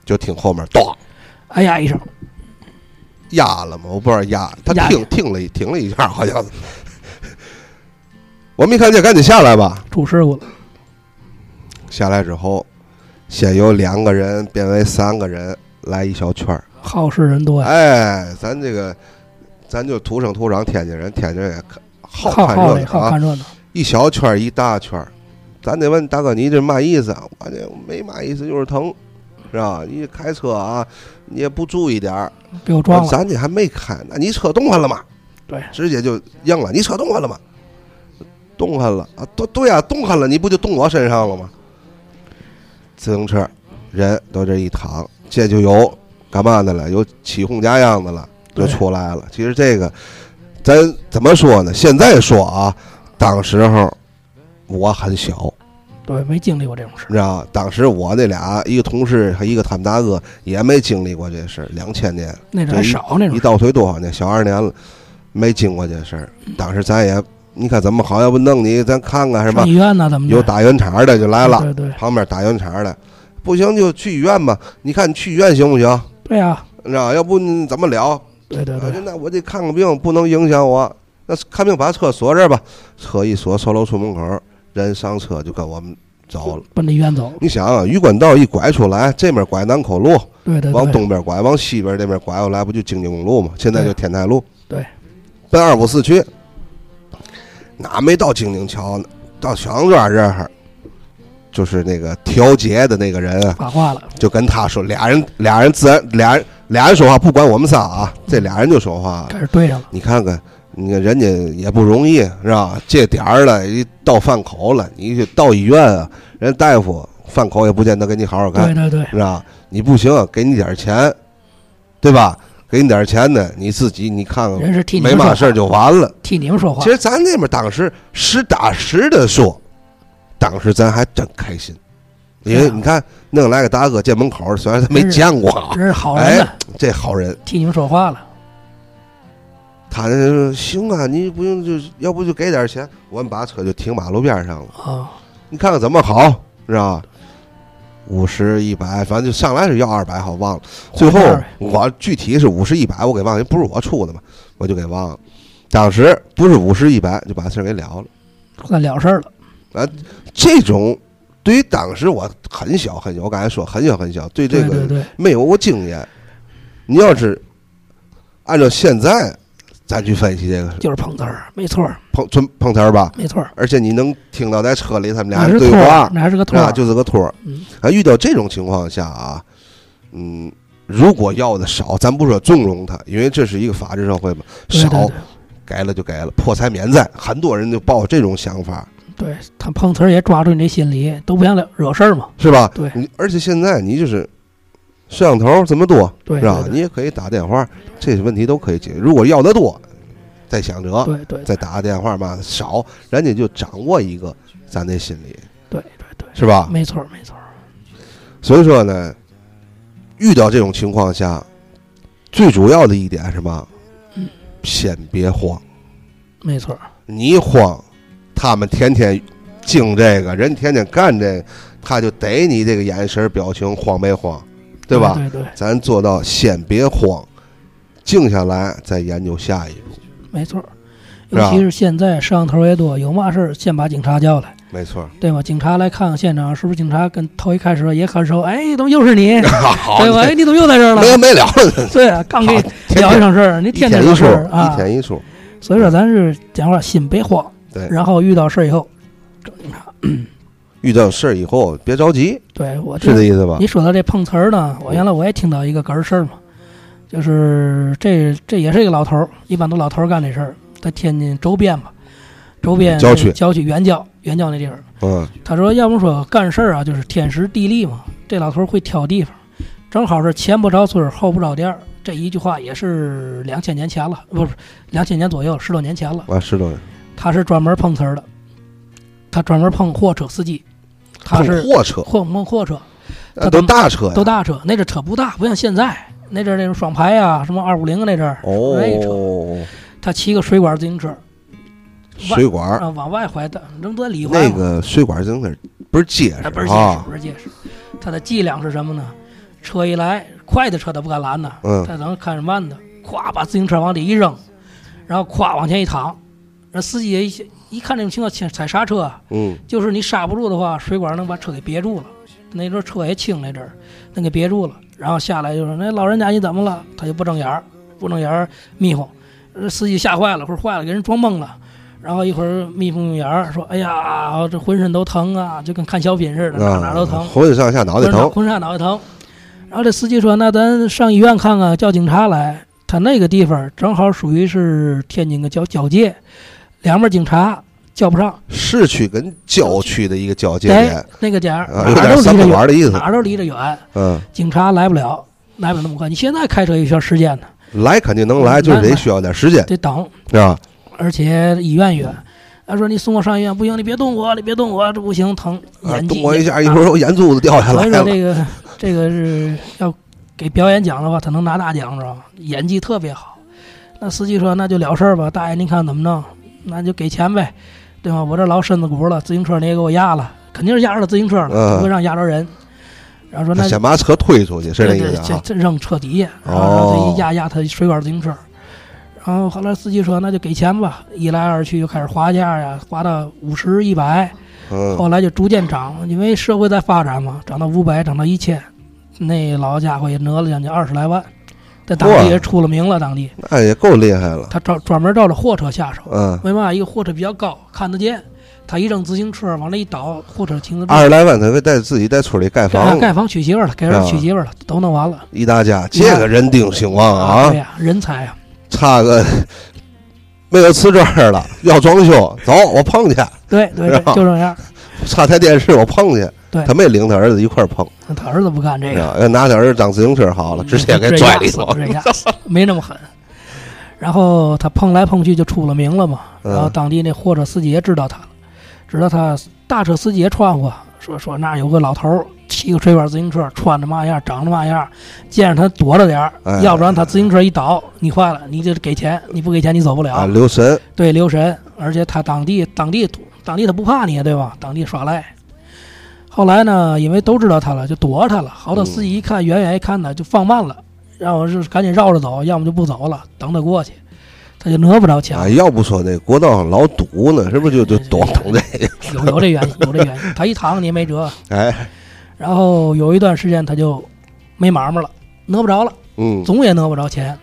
[SPEAKER 1] 就听后面咚
[SPEAKER 2] 哎呀一声，
[SPEAKER 1] 压了嘛，我不知道压，他
[SPEAKER 2] 压
[SPEAKER 1] 听听了一听了一下，好像是。 (laughs) 我们一看这赶紧下来吧。
[SPEAKER 2] 出事故了，
[SPEAKER 1] 下来之后，先由两个人变为三个人，来一小圈儿。
[SPEAKER 2] 好事人多呀，
[SPEAKER 1] 哎，咱这个，咱就土生土长天津人，天津人也看好
[SPEAKER 2] 好
[SPEAKER 1] 看热
[SPEAKER 2] 好嘞，
[SPEAKER 1] 闹
[SPEAKER 2] 好
[SPEAKER 1] 啊。
[SPEAKER 2] 看热闹，
[SPEAKER 1] 一小圈儿一大圈儿，咱得问大哥你这嘛意思啊？我这没嘛意思，就是疼，是吧？你开车啊，你也不注意点儿，
[SPEAKER 2] 被我撞了，
[SPEAKER 1] 咱这还没开呢，你车动弹了吗？
[SPEAKER 2] 对，
[SPEAKER 1] 直接就硬了，你车动弹了吗？动弹了啊，对对呀、动弹了，你不就动我身上了吗？自行车，人都这一躺，这就有干嘛的了，有起哄架秧的了，就
[SPEAKER 2] 对
[SPEAKER 1] 出来了。其实这个，咱怎么说呢？现在说啊，当时候我很小，
[SPEAKER 2] 对，没经历过这种事儿。
[SPEAKER 1] 你知道，当时我那俩一个同事还一个他们大哥也没经历过这事儿，两千年
[SPEAKER 2] 那阵儿还
[SPEAKER 1] 对
[SPEAKER 2] 少那种 (laughs)
[SPEAKER 1] 一
[SPEAKER 2] 事
[SPEAKER 1] 倒退多少年，小二年了，没经过这事儿。
[SPEAKER 2] 嗯
[SPEAKER 1] 当时咱也，你看怎么好，要不弄你，咱看看
[SPEAKER 2] 儿，
[SPEAKER 1] 是
[SPEAKER 2] 上
[SPEAKER 1] 吧
[SPEAKER 2] 医？院呐，怎么着
[SPEAKER 1] 有打圆场的就来了，
[SPEAKER 2] 对嗯对对
[SPEAKER 1] 旁边打圆场的，不行就去医院吧。你看你去医院行不行？
[SPEAKER 2] 对哎呀，
[SPEAKER 1] 你知道，要不你怎么聊？
[SPEAKER 2] 对对
[SPEAKER 1] 啊
[SPEAKER 2] 对，
[SPEAKER 1] 那我得看个病，不能影响我。那看病把车锁这儿吧，车一锁，售楼处门口，人上车就跟我们
[SPEAKER 2] (laughs)
[SPEAKER 1] 走了。
[SPEAKER 2] 奔着医院走，
[SPEAKER 1] 你想啊，鱼管道一拐出来，这面拐南口路，
[SPEAKER 2] 对呃对
[SPEAKER 1] 往
[SPEAKER 2] 对，
[SPEAKER 1] 东边拐，往西边这边拐过来，不就京津公路吗？现在就
[SPEAKER 2] 对
[SPEAKER 1] 天台路。
[SPEAKER 2] 对，
[SPEAKER 1] 奔二五四去，哪没到京津桥呢？到小杨庄这儿，就是那个调解的那个人啊，
[SPEAKER 2] 发话了，
[SPEAKER 1] 就跟他说，俩人俩人自然俩人俩人说话，不管我们仨啊，这俩人就说话了。
[SPEAKER 2] 开始嗯对上了，
[SPEAKER 1] 你看看，你看人家也不容易，是吧？这点儿了，一到饭口了，你就到医院啊，人大夫饭口也不见得给你好好看
[SPEAKER 2] 对，对对，
[SPEAKER 1] 是吧？你不行啊，给你点儿钱，对吧？给你点儿钱呢，你自己你看看，
[SPEAKER 2] 人是替你
[SPEAKER 1] 嗯没
[SPEAKER 2] 们
[SPEAKER 1] 嘛
[SPEAKER 2] 说
[SPEAKER 1] 事儿
[SPEAKER 2] 话，
[SPEAKER 1] 就完了。
[SPEAKER 2] 替你们说话
[SPEAKER 1] 其，实咱那边当时实打实的说，当时咱还真开心，因
[SPEAKER 2] 对
[SPEAKER 1] 为
[SPEAKER 2] 啊
[SPEAKER 1] 你看弄来个大哥见门口儿，虽然他没
[SPEAKER 2] 哦真是
[SPEAKER 1] 见过啊，
[SPEAKER 2] 人是好人呢，
[SPEAKER 1] 这好人。
[SPEAKER 2] 替你们说话了，
[SPEAKER 1] 他那说行啊，你不用就要不就给点钱，我们把车就停马路边上了，
[SPEAKER 2] 啊，
[SPEAKER 1] 你看看怎么好，是吧？五十一百，反正就上来是要二百，好忘了。最后
[SPEAKER 2] 还是
[SPEAKER 1] 我具体是五十一百，我给忘了，不是我出的嘛，我就给忘了。当时不是五十一百就把事儿给了了。
[SPEAKER 2] 算了事儿了，
[SPEAKER 1] 这种对于当时我很小很小，我刚才说很小很小，对这
[SPEAKER 2] 对
[SPEAKER 1] 个
[SPEAKER 2] 对对，
[SPEAKER 1] 没有过经验。你要是按照现在咱去分析这个
[SPEAKER 2] 就是碰瓷儿，没错儿
[SPEAKER 1] 碰碰碰瓷儿吧，
[SPEAKER 2] 没错儿，
[SPEAKER 1] 而且你能听到在车里他们俩
[SPEAKER 2] 那是
[SPEAKER 1] 对
[SPEAKER 2] 托儿
[SPEAKER 1] 话，，
[SPEAKER 2] 那还是个托
[SPEAKER 1] 啊，
[SPEAKER 2] 儿，
[SPEAKER 1] 就是个托儿
[SPEAKER 2] 嗯。
[SPEAKER 1] 啊，遇到这种情况下啊，嗯，如果要的少，咱不说纵容他，因为这是一个法治社会嘛，
[SPEAKER 2] 对对
[SPEAKER 1] 少
[SPEAKER 2] 对
[SPEAKER 1] 给了就给了，破财免灾。很多人就抱这种想法，
[SPEAKER 2] 对他碰瓷儿也抓住你这心理，都不想了惹事儿嘛。
[SPEAKER 1] 是吧？
[SPEAKER 2] 对
[SPEAKER 1] 你而且现在你就是摄像头这么多，
[SPEAKER 2] 对
[SPEAKER 1] 是吧？
[SPEAKER 2] 对
[SPEAKER 1] 你也可以打电话，这些问题都可以解决。如果要的多，再想着
[SPEAKER 2] 对对对
[SPEAKER 1] 再啊打个电话嘛，少人家就掌握一个咱这心理，
[SPEAKER 2] 对对对，
[SPEAKER 1] 是吧？
[SPEAKER 2] 没错儿没错儿，
[SPEAKER 1] 所以说呢，遇到这种情况下，最主要的一点是什么？
[SPEAKER 2] 嗯
[SPEAKER 1] 先别慌，
[SPEAKER 2] 没错儿，
[SPEAKER 1] 你一慌，他们天天经这个，人天天干这个，他就逮你这个眼神儿、表情慌没慌，对吧？
[SPEAKER 2] 对对，
[SPEAKER 1] 咱做到先别慌，静下来再研究下一步。
[SPEAKER 2] 没错儿。
[SPEAKER 1] 是吧
[SPEAKER 2] 尤其是现在摄像头也多，有嘛事儿先把警察叫来，
[SPEAKER 1] 没错，
[SPEAKER 2] 对吧？警察来看看现场，是不是警察跟头一开始也看手，哎，怎么又是你？
[SPEAKER 1] 好，
[SPEAKER 2] 对吧？哎，你怎么又在这儿了
[SPEAKER 1] 没？完没了了，
[SPEAKER 2] 对啊，
[SPEAKER 1] (laughs)
[SPEAKER 2] 刚给
[SPEAKER 1] 好
[SPEAKER 2] 你聊一上事儿，你
[SPEAKER 1] 一
[SPEAKER 2] 天
[SPEAKER 1] 天
[SPEAKER 2] 有
[SPEAKER 1] 一
[SPEAKER 2] 事
[SPEAKER 1] 出，
[SPEAKER 2] 儿
[SPEAKER 1] 一
[SPEAKER 2] 啊。
[SPEAKER 1] 天一出，
[SPEAKER 2] 所以说，咱是讲话心别慌，
[SPEAKER 1] 对
[SPEAKER 2] 然后遇到事儿以后找警察。
[SPEAKER 1] 遇到事儿以后别着急，
[SPEAKER 2] 对我
[SPEAKER 1] 是
[SPEAKER 2] 这
[SPEAKER 1] 这意思吧？
[SPEAKER 2] 你说到这碰瓷儿呢，我原来我也听到一个哏儿事儿嘛，就是这这也是一个老头儿，一般都老头儿干这事儿，在天津周边吧，周边
[SPEAKER 1] 郊区
[SPEAKER 2] 郊区远郊远郊那地方。
[SPEAKER 1] 嗯，
[SPEAKER 2] 他说，要不说干事儿啊，就是天时地利嘛，这老头儿会挑地方，正好是前不着村儿后不着店儿，这一句话也是两千年前了，不是两千年左右，十多年前了。
[SPEAKER 1] 完事了，
[SPEAKER 2] 他是专门碰瓷儿的，他专门碰货车司机，他
[SPEAKER 1] 碰
[SPEAKER 2] 是
[SPEAKER 1] 货车，
[SPEAKER 2] 碰碰货车。
[SPEAKER 1] 那都大车呀，
[SPEAKER 2] 都大车，那阵车不大，不像现在，那阵儿那种双排啊，什么二五零那阵儿，那车
[SPEAKER 1] 哦，
[SPEAKER 2] 他骑个水管自行车
[SPEAKER 1] 啊水管儿
[SPEAKER 2] 啊，往外怀的，这不得里怀
[SPEAKER 1] 那
[SPEAKER 2] 吗？
[SPEAKER 1] 个水管儿真的不是结
[SPEAKER 2] 哎不是
[SPEAKER 1] 实
[SPEAKER 2] 结实，
[SPEAKER 1] 啊，
[SPEAKER 2] 不是结实。他的伎俩是什么呢？车一来，快的车他不敢拦呐，
[SPEAKER 1] 嗯，
[SPEAKER 2] 他能看着慢的，咵把自行车往里一扔，然后咵往前一躺，那司机也一一看这种情况，踩踩刹车啊，
[SPEAKER 1] 嗯，
[SPEAKER 2] 就是你刹不住的话，水管能把车给别住了。那阵儿车也轻那阵儿，能给别住了。然后下来就说：“那老人家你怎么了？”他就不睁眼儿，不睁眼儿迷糊。呃司机吓坏了，或者坏了，给人装懵了。然后一会儿眯不眯眼儿，说：“哎呀，我这浑身都疼啊，就跟看小品似的，哪哪都疼
[SPEAKER 1] 啊，，浑身上下脑袋
[SPEAKER 2] 浑身
[SPEAKER 1] 疼，
[SPEAKER 2] 浑身脑袋疼。”然后这司机说：“那咱上医院看看，叫警察来。”他那个地方正好属于是天津跟交交界，两边警察叫不上，
[SPEAKER 1] 市区跟郊区的一个交界点
[SPEAKER 2] 哎，那个啊点儿
[SPEAKER 1] 啊，有
[SPEAKER 2] 哪儿
[SPEAKER 1] 点
[SPEAKER 2] 都
[SPEAKER 1] 三
[SPEAKER 2] 离
[SPEAKER 1] 不
[SPEAKER 2] 着
[SPEAKER 1] 管
[SPEAKER 2] 远，
[SPEAKER 1] 的意思
[SPEAKER 2] 哪，儿都离着远，
[SPEAKER 1] 嗯，
[SPEAKER 2] 警察来不了，来不了那么快。你现在开车也需要时间呢，
[SPEAKER 1] 来肯定能来，就是得需要点时间，啊
[SPEAKER 2] 得等，
[SPEAKER 1] 是吧？
[SPEAKER 2] 而且医院远。他说你送我上医院不行，你别动我，你别动我，这不行，疼。
[SPEAKER 1] 啊，
[SPEAKER 2] 演技
[SPEAKER 1] 动我一下，
[SPEAKER 2] 演
[SPEAKER 1] 一会儿我眼珠子掉下
[SPEAKER 2] 所
[SPEAKER 1] 啊来
[SPEAKER 2] 以说
[SPEAKER 1] 了。哎
[SPEAKER 2] 这个这个是要给表演奖的话，他能拿大奖，知道吧？演技特别好。那司机说那就了事儿吧，大爷您看怎么弄？那就给钱呗，对吗？我这老身子骨了，自行车你也给我压了，肯定是压着自行车了，
[SPEAKER 1] 嗯
[SPEAKER 2] 不会让压着人。然后说
[SPEAKER 1] (laughs) 他
[SPEAKER 2] 那
[SPEAKER 1] 先把车推出去，是那
[SPEAKER 2] 对
[SPEAKER 1] 意
[SPEAKER 2] 对，
[SPEAKER 1] 思
[SPEAKER 2] 这
[SPEAKER 1] 啊？
[SPEAKER 2] 这扔车底下，然后
[SPEAKER 1] 哦
[SPEAKER 2] 让他一压压他水管自行车。然后后来司机说那就给钱吧，一来二去就开始划价呀，划到五十一百。
[SPEAKER 1] 嗯，
[SPEAKER 2] 后来就逐渐涨，因为社会在发展嘛，涨到五百，涨到一千，那老家伙也讹了将近二十来万，在当地
[SPEAKER 1] 哇
[SPEAKER 2] 也出了名了。当地
[SPEAKER 1] 那哎也够厉害了。
[SPEAKER 2] 他专专门照着货车下手，
[SPEAKER 1] 嗯，
[SPEAKER 2] 为嘛？一个货车比较高，看得见，他一扔自行车往那一倒，货车停得住。
[SPEAKER 1] 二十来万，他给在自己在村里盖
[SPEAKER 2] 给他
[SPEAKER 1] 房，
[SPEAKER 2] 盖房娶媳妇儿了，给儿子
[SPEAKER 1] 啊
[SPEAKER 2] 娶媳妇儿了，都弄完了
[SPEAKER 1] 一大家，这个人丁兴旺
[SPEAKER 2] 对
[SPEAKER 1] 啊，
[SPEAKER 2] 呀，人才啊！
[SPEAKER 1] 差个 (laughs) 没有瓷砖了，要装修，走，我碰去，
[SPEAKER 2] 对
[SPEAKER 1] (laughs)
[SPEAKER 2] 对
[SPEAKER 1] 是吧
[SPEAKER 2] 对，就这样。
[SPEAKER 1] 差台电视，我碰去。
[SPEAKER 2] 对
[SPEAKER 1] 他没领他儿子一块儿碰，
[SPEAKER 2] 他儿子不干这
[SPEAKER 1] 是
[SPEAKER 2] 个，
[SPEAKER 1] 吧要拿他儿子当自行车好
[SPEAKER 2] 嗯
[SPEAKER 1] 了，直接给拽里头。 (laughs)
[SPEAKER 2] 直接压死，没那么狠。然后他碰来碰去就出了名了嘛，然后
[SPEAKER 1] 嗯，
[SPEAKER 2] 当地那货车司机也知道他了，知道他大车司机也传呼，说说那有个老头儿骑个水管自行车，穿着嘛样，长着嘛样，见着他躲着点儿，
[SPEAKER 1] 哎
[SPEAKER 2] 要不然他自行车一倒，你坏了，你就给钱，你不给钱你走不了。
[SPEAKER 1] 啊，留神，
[SPEAKER 2] 对，留神，而且他当地当地当地他不怕你，对吧？当地耍赖。后来呢，因为都知道他了，就躲他了。好多司机一看，远远一看呢，就放慢了，让我就是赶紧绕着走，要么就不走了，等他过去，他就讹不着钱了
[SPEAKER 1] 啊，。要不说那国道上老堵呢，是不是就就懂懂这？
[SPEAKER 2] 有有这原因，有这原因。他一躺你也没辙。
[SPEAKER 1] 哎，
[SPEAKER 2] 然后有一段时间他就没买卖了，讹不着了，
[SPEAKER 1] 嗯，
[SPEAKER 2] 总也讹不着钱，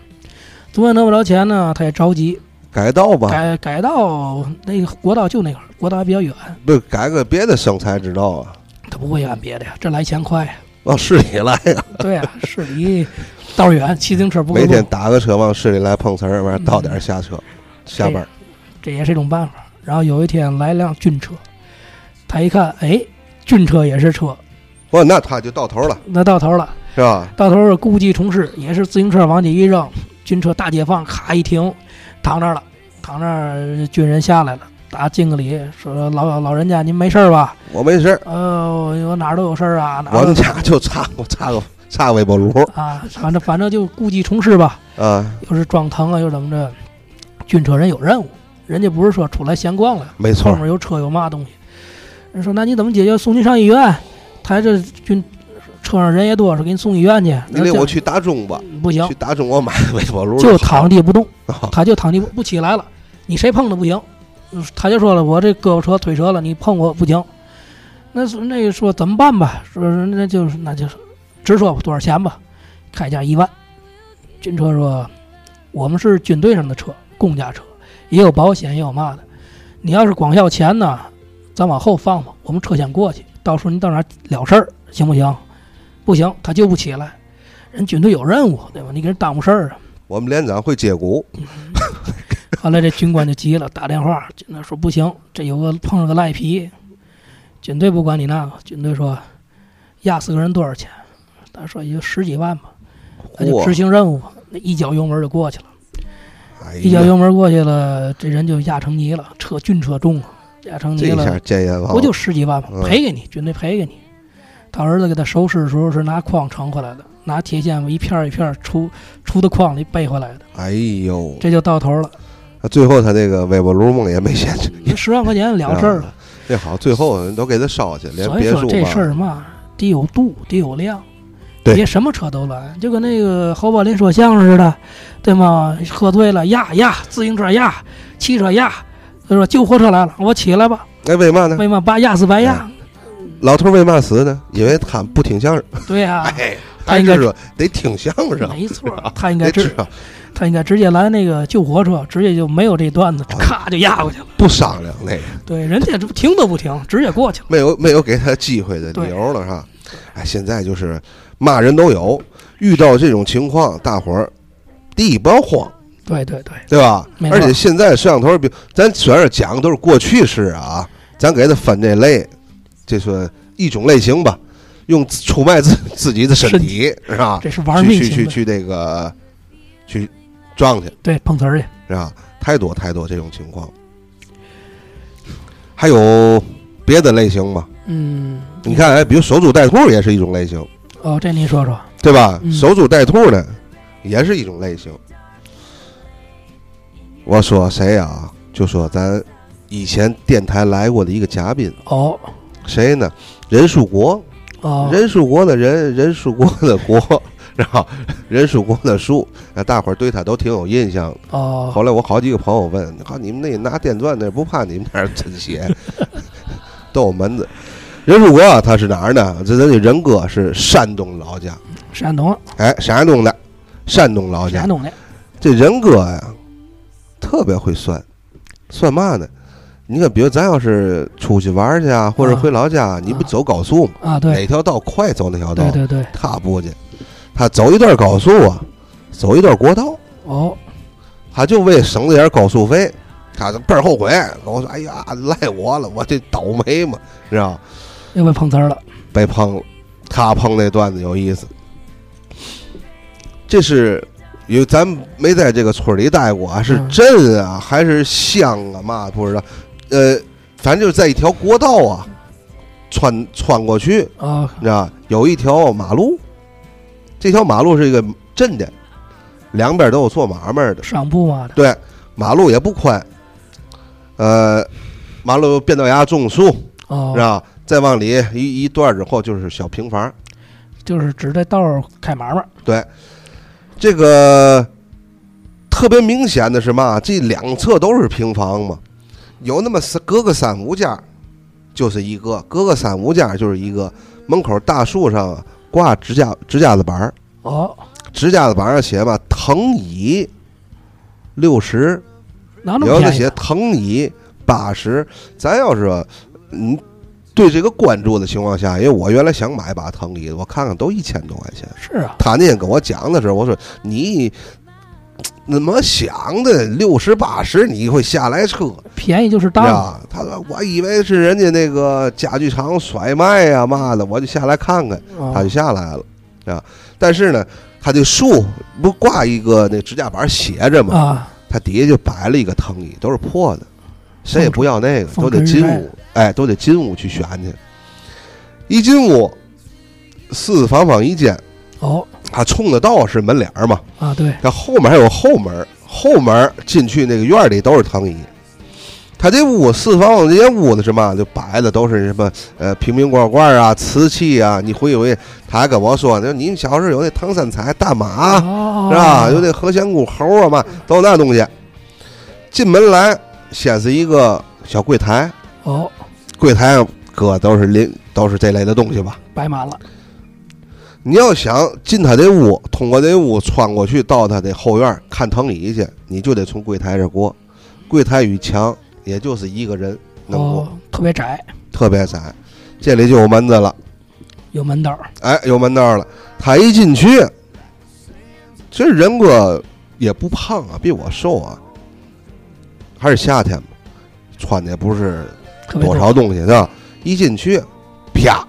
[SPEAKER 2] 总也讹不着钱呢，他也着急，
[SPEAKER 1] 改道吧，
[SPEAKER 2] 改改道那个国道就那块儿，国道还比较远，
[SPEAKER 1] 不改个别的生财之道啊。
[SPEAKER 2] 他不会干别的呀，这来钱快呀，
[SPEAKER 1] 往市里来呀， (laughs)
[SPEAKER 2] 对呀、市里道儿远，骑自行车不够嗯
[SPEAKER 1] 每天
[SPEAKER 2] 路，
[SPEAKER 1] 打个车往市里来碰瓷儿，完了到点儿下车，下班儿
[SPEAKER 2] 这也是一种办法。然后有一天来辆军车，他一看，哎，军车也是车，
[SPEAKER 1] 哇，哦那他就到头了，
[SPEAKER 2] 那到头了。
[SPEAKER 1] 是吧？
[SPEAKER 2] 到头儿故技重施，也是自行车往起一扔，军车大解放，咔一停，躺那儿了，躺那儿军人下来了，打敬个礼，说老老人家您没事儿吧？
[SPEAKER 1] 我没事儿，
[SPEAKER 2] 呃，我我哪儿都有事儿啊，哪儿
[SPEAKER 1] 我们
[SPEAKER 2] 都
[SPEAKER 1] 家就差我差个差个微波炉
[SPEAKER 2] 啊，反正反正就故技重施吧，
[SPEAKER 1] 啊，
[SPEAKER 2] 又是装疼啊，又怎么着？军车人有任务，人家不是说出来闲逛了，
[SPEAKER 1] 没错儿，
[SPEAKER 2] 后面有车有嘛东西。人说那你怎么解决？送您上医院。他这军车上人也多，说给你送医院去。
[SPEAKER 1] 你领我去打中吧，
[SPEAKER 2] 不行
[SPEAKER 1] 去，打中我买个微波炉
[SPEAKER 2] 就
[SPEAKER 1] 好
[SPEAKER 2] 躺地不动。
[SPEAKER 1] 啊
[SPEAKER 2] 他就躺地不不起来了，你谁碰都不行。嗯他就说了，我这胳膊折腿折了，你碰我不行。那是那说怎么办吧？说那就是那就是，直说吧，多少钱吧？开价一万。军车说，我们是军队上的车，公家车，也有保险，也有嘛的。你要是光要钱呢，咱往后放放，我们车先过去，到时候你到那儿了事儿，行不行？不行，他就不起来。人军队有任务，对吧？你给人耽误事儿啊。
[SPEAKER 1] 我们连长会接骨，
[SPEAKER 2] 后来这军官就急了，打电话，军队说不行，这有个碰上个赖皮，军队不管你那个，军队说压死个人多少钱？他说也就十几万吧，那就执
[SPEAKER 1] 嚯，
[SPEAKER 2] 行任务吧，那一脚油门就过去了，
[SPEAKER 1] 哎
[SPEAKER 2] 一脚
[SPEAKER 1] 呀，
[SPEAKER 2] 油门过去了，这人就压成泥了，车军车重了，压成
[SPEAKER 1] 这
[SPEAKER 2] 泥
[SPEAKER 1] 一
[SPEAKER 2] 了
[SPEAKER 1] 下，见阎王，
[SPEAKER 2] 不就十几万吗？
[SPEAKER 1] 嗯
[SPEAKER 2] 赔给你，军队赔给你。他儿子给他收拾的时候是拿筐盛回来的，拿铁锨一片儿一片儿出出的筐里背回来的，
[SPEAKER 1] 哎呦，
[SPEAKER 2] 这就到头了，
[SPEAKER 1] 最后他这个微波炉梦也没现成，
[SPEAKER 2] 十万块钱了事儿了。
[SPEAKER 1] 这好，最后人都给他烧去，连
[SPEAKER 2] 所以
[SPEAKER 1] 别
[SPEAKER 2] 说
[SPEAKER 1] 墅
[SPEAKER 2] 这事
[SPEAKER 1] 嘛，
[SPEAKER 2] 儿嘛，得有度，得有量，
[SPEAKER 1] 对
[SPEAKER 2] 别什么车都拦，就跟那个侯宝林说相声似的，对吗？喝醉了压压，自行车压，汽车压，他说救火车来了，我起来吧，
[SPEAKER 1] 哎，为嘛呢？
[SPEAKER 2] 为嘛把压死白压？
[SPEAKER 1] 老头儿为嘛死呢？因为他不听相声。
[SPEAKER 2] 对呀、
[SPEAKER 1] 哎，
[SPEAKER 2] 啊他
[SPEAKER 1] 还
[SPEAKER 2] 应该
[SPEAKER 1] 是说得听相声，
[SPEAKER 2] 没错，他应该
[SPEAKER 1] 得知
[SPEAKER 2] 直，
[SPEAKER 1] 道
[SPEAKER 2] 他应该直接来那个救火车，直接就没有这段
[SPEAKER 1] 哦
[SPEAKER 2] 子，咔就压过去了。
[SPEAKER 1] 不商量那个，
[SPEAKER 2] 对，人家这不停都不停，直接过去了。
[SPEAKER 1] 没有没有给他机会的理由了哈。哎，现在就是骂人都有，遇到这种情况，大伙儿第一不要慌，
[SPEAKER 2] 对对对，
[SPEAKER 1] 对吧
[SPEAKER 2] 没？错
[SPEAKER 1] 而且现在摄像头，比咱虽然讲的都是过去式啊，咱给他分这类，这算一种类型吧，用自出卖自自己的身体是吧？
[SPEAKER 2] 这是玩
[SPEAKER 1] 去
[SPEAKER 2] 命
[SPEAKER 1] 去去
[SPEAKER 2] 型的，
[SPEAKER 1] 去这个去撞去
[SPEAKER 2] 对碰瓷儿去。
[SPEAKER 1] 是吧？太多太多这种情况。还有别的类型吗？
[SPEAKER 2] 嗯，
[SPEAKER 1] 你看，哎，比如守株待兔也是一种类型，
[SPEAKER 2] 哦，这你说说，
[SPEAKER 1] 对吧？
[SPEAKER 2] 嗯
[SPEAKER 1] 守株待兔呢，也是一种类型。我说谁呀、就说咱以前电台来过的一个嘉宾，
[SPEAKER 2] 哦
[SPEAKER 1] 谁呢？任树国，
[SPEAKER 2] 哦，
[SPEAKER 1] 任树国的任，任树国的国， (laughs) 然后任树国的树，那大伙儿对他都挺有印象的。
[SPEAKER 2] 哦，
[SPEAKER 1] 后来我好几个朋友问，靠你们那拿电钻的不怕你们那儿真
[SPEAKER 2] (laughs)
[SPEAKER 1] 邪，都有门子。任树国啊、他是哪儿呢？这咱这任哥是山东老家，
[SPEAKER 2] 山东啊
[SPEAKER 1] 哎，山东的，山东老家
[SPEAKER 2] 山。东的，
[SPEAKER 1] 这任哥呀，特别会算，算嘛呢？你看，比如咱要是出去玩儿去啊，或者
[SPEAKER 2] 啊
[SPEAKER 1] 回老家，你不走高速吗？
[SPEAKER 2] 啊，对
[SPEAKER 1] 哪条道快走哪条道
[SPEAKER 2] 对，对对，
[SPEAKER 1] 他不去，他走一段高速啊，走一段国道，
[SPEAKER 2] 哦，
[SPEAKER 1] 他就为省这点高速费，他就倍儿后悔，跟我说：“哎呀，赖我了，我这倒霉嘛，知道吧
[SPEAKER 2] 又被碰瓷儿了，
[SPEAKER 1] 被碰了。”他碰那段子有意思，这是因为咱没在这个村里待过啊，是
[SPEAKER 2] 嗯
[SPEAKER 1] 镇啊还是乡啊嘛不知道，呃，反正就是在一条国道啊，穿穿过去，
[SPEAKER 2] 哦
[SPEAKER 1] 你知道有一条马路，这条马路是一个镇的，两边都有做买卖的。
[SPEAKER 2] 上铺嘛的，
[SPEAKER 1] 对，马路也不宽，呃，马路有变道牙种树，是啊
[SPEAKER 2] 哦，
[SPEAKER 1] 吧？再往里一一段之后就是小平房。
[SPEAKER 2] 就是指这道儿开买卖，
[SPEAKER 1] 这个特别明显的是嘛，这两侧都是平房嘛，有那么三隔个三五家就是一个，隔个三五家就是一个，门口大树上啊挂指甲指甲子板儿。
[SPEAKER 2] 哦，
[SPEAKER 1] 指甲子板上写吧，藤椅六十，
[SPEAKER 2] 哪啊那
[SPEAKER 1] 有的
[SPEAKER 2] 么便宜
[SPEAKER 1] 写
[SPEAKER 2] 呢？
[SPEAKER 1] 藤椅八十。咱要是说嗯对这个关注的情况下，因为我原来想买把藤椅，我看看都一千多块钱。
[SPEAKER 2] 是啊，
[SPEAKER 1] 他那天跟我讲的时候，我说你怎么想的？六十八十你会下来车
[SPEAKER 2] 便宜就是
[SPEAKER 1] 是
[SPEAKER 2] 当，
[SPEAKER 1] 吧？他说我以为是人家那个家具厂甩卖呀、嘛的，我就下来看看。啊他就
[SPEAKER 2] 哦，
[SPEAKER 1] 下来了啊。但是呢，他这树不挂一个那指甲板斜着吗？
[SPEAKER 2] 啊，
[SPEAKER 1] 他底下就摆了一个藤椅，都是破的，谁也不要那个，
[SPEAKER 2] 放
[SPEAKER 1] 都得
[SPEAKER 2] 置
[SPEAKER 1] 进
[SPEAKER 2] 放置
[SPEAKER 1] 屋，哎，都得进屋去选去。一进屋，四四方方一间，
[SPEAKER 2] 哦
[SPEAKER 1] 他冲的道是门脸儿嘛，
[SPEAKER 2] 啊，对，
[SPEAKER 1] 他后面还有后门儿，后门儿进去那个院儿里都是藤椅。他这屋四方往这些屋子是嘛，就摆的都是什么呃瓶瓶罐罐啊、瓷器啊。你会以为他还跟我说呢，你小时候有那唐三彩大马啊
[SPEAKER 2] 哦
[SPEAKER 1] 是吧？有那何仙姑猴啊嘛，都有那东西。进门来，先是一个小柜台，
[SPEAKER 2] 哦，
[SPEAKER 1] 柜台上搁都是林都是这类的东西吧。
[SPEAKER 2] 摆满了，
[SPEAKER 1] 你要想进他这屋，通过这屋穿过去到他的后院儿看藤椅去，你就得从柜台这过。柜台与墙也就是一个人能过，
[SPEAKER 2] 哦，特别窄，
[SPEAKER 1] 特别窄。这里就有门子了，
[SPEAKER 2] 有门道儿，
[SPEAKER 1] 哎，有门道了。他一进去，其实人哥也不胖啊，比我瘦啊。还是夏天嘛，穿的也不是
[SPEAKER 2] 特别
[SPEAKER 1] 多少东西是吧？一进去，啪，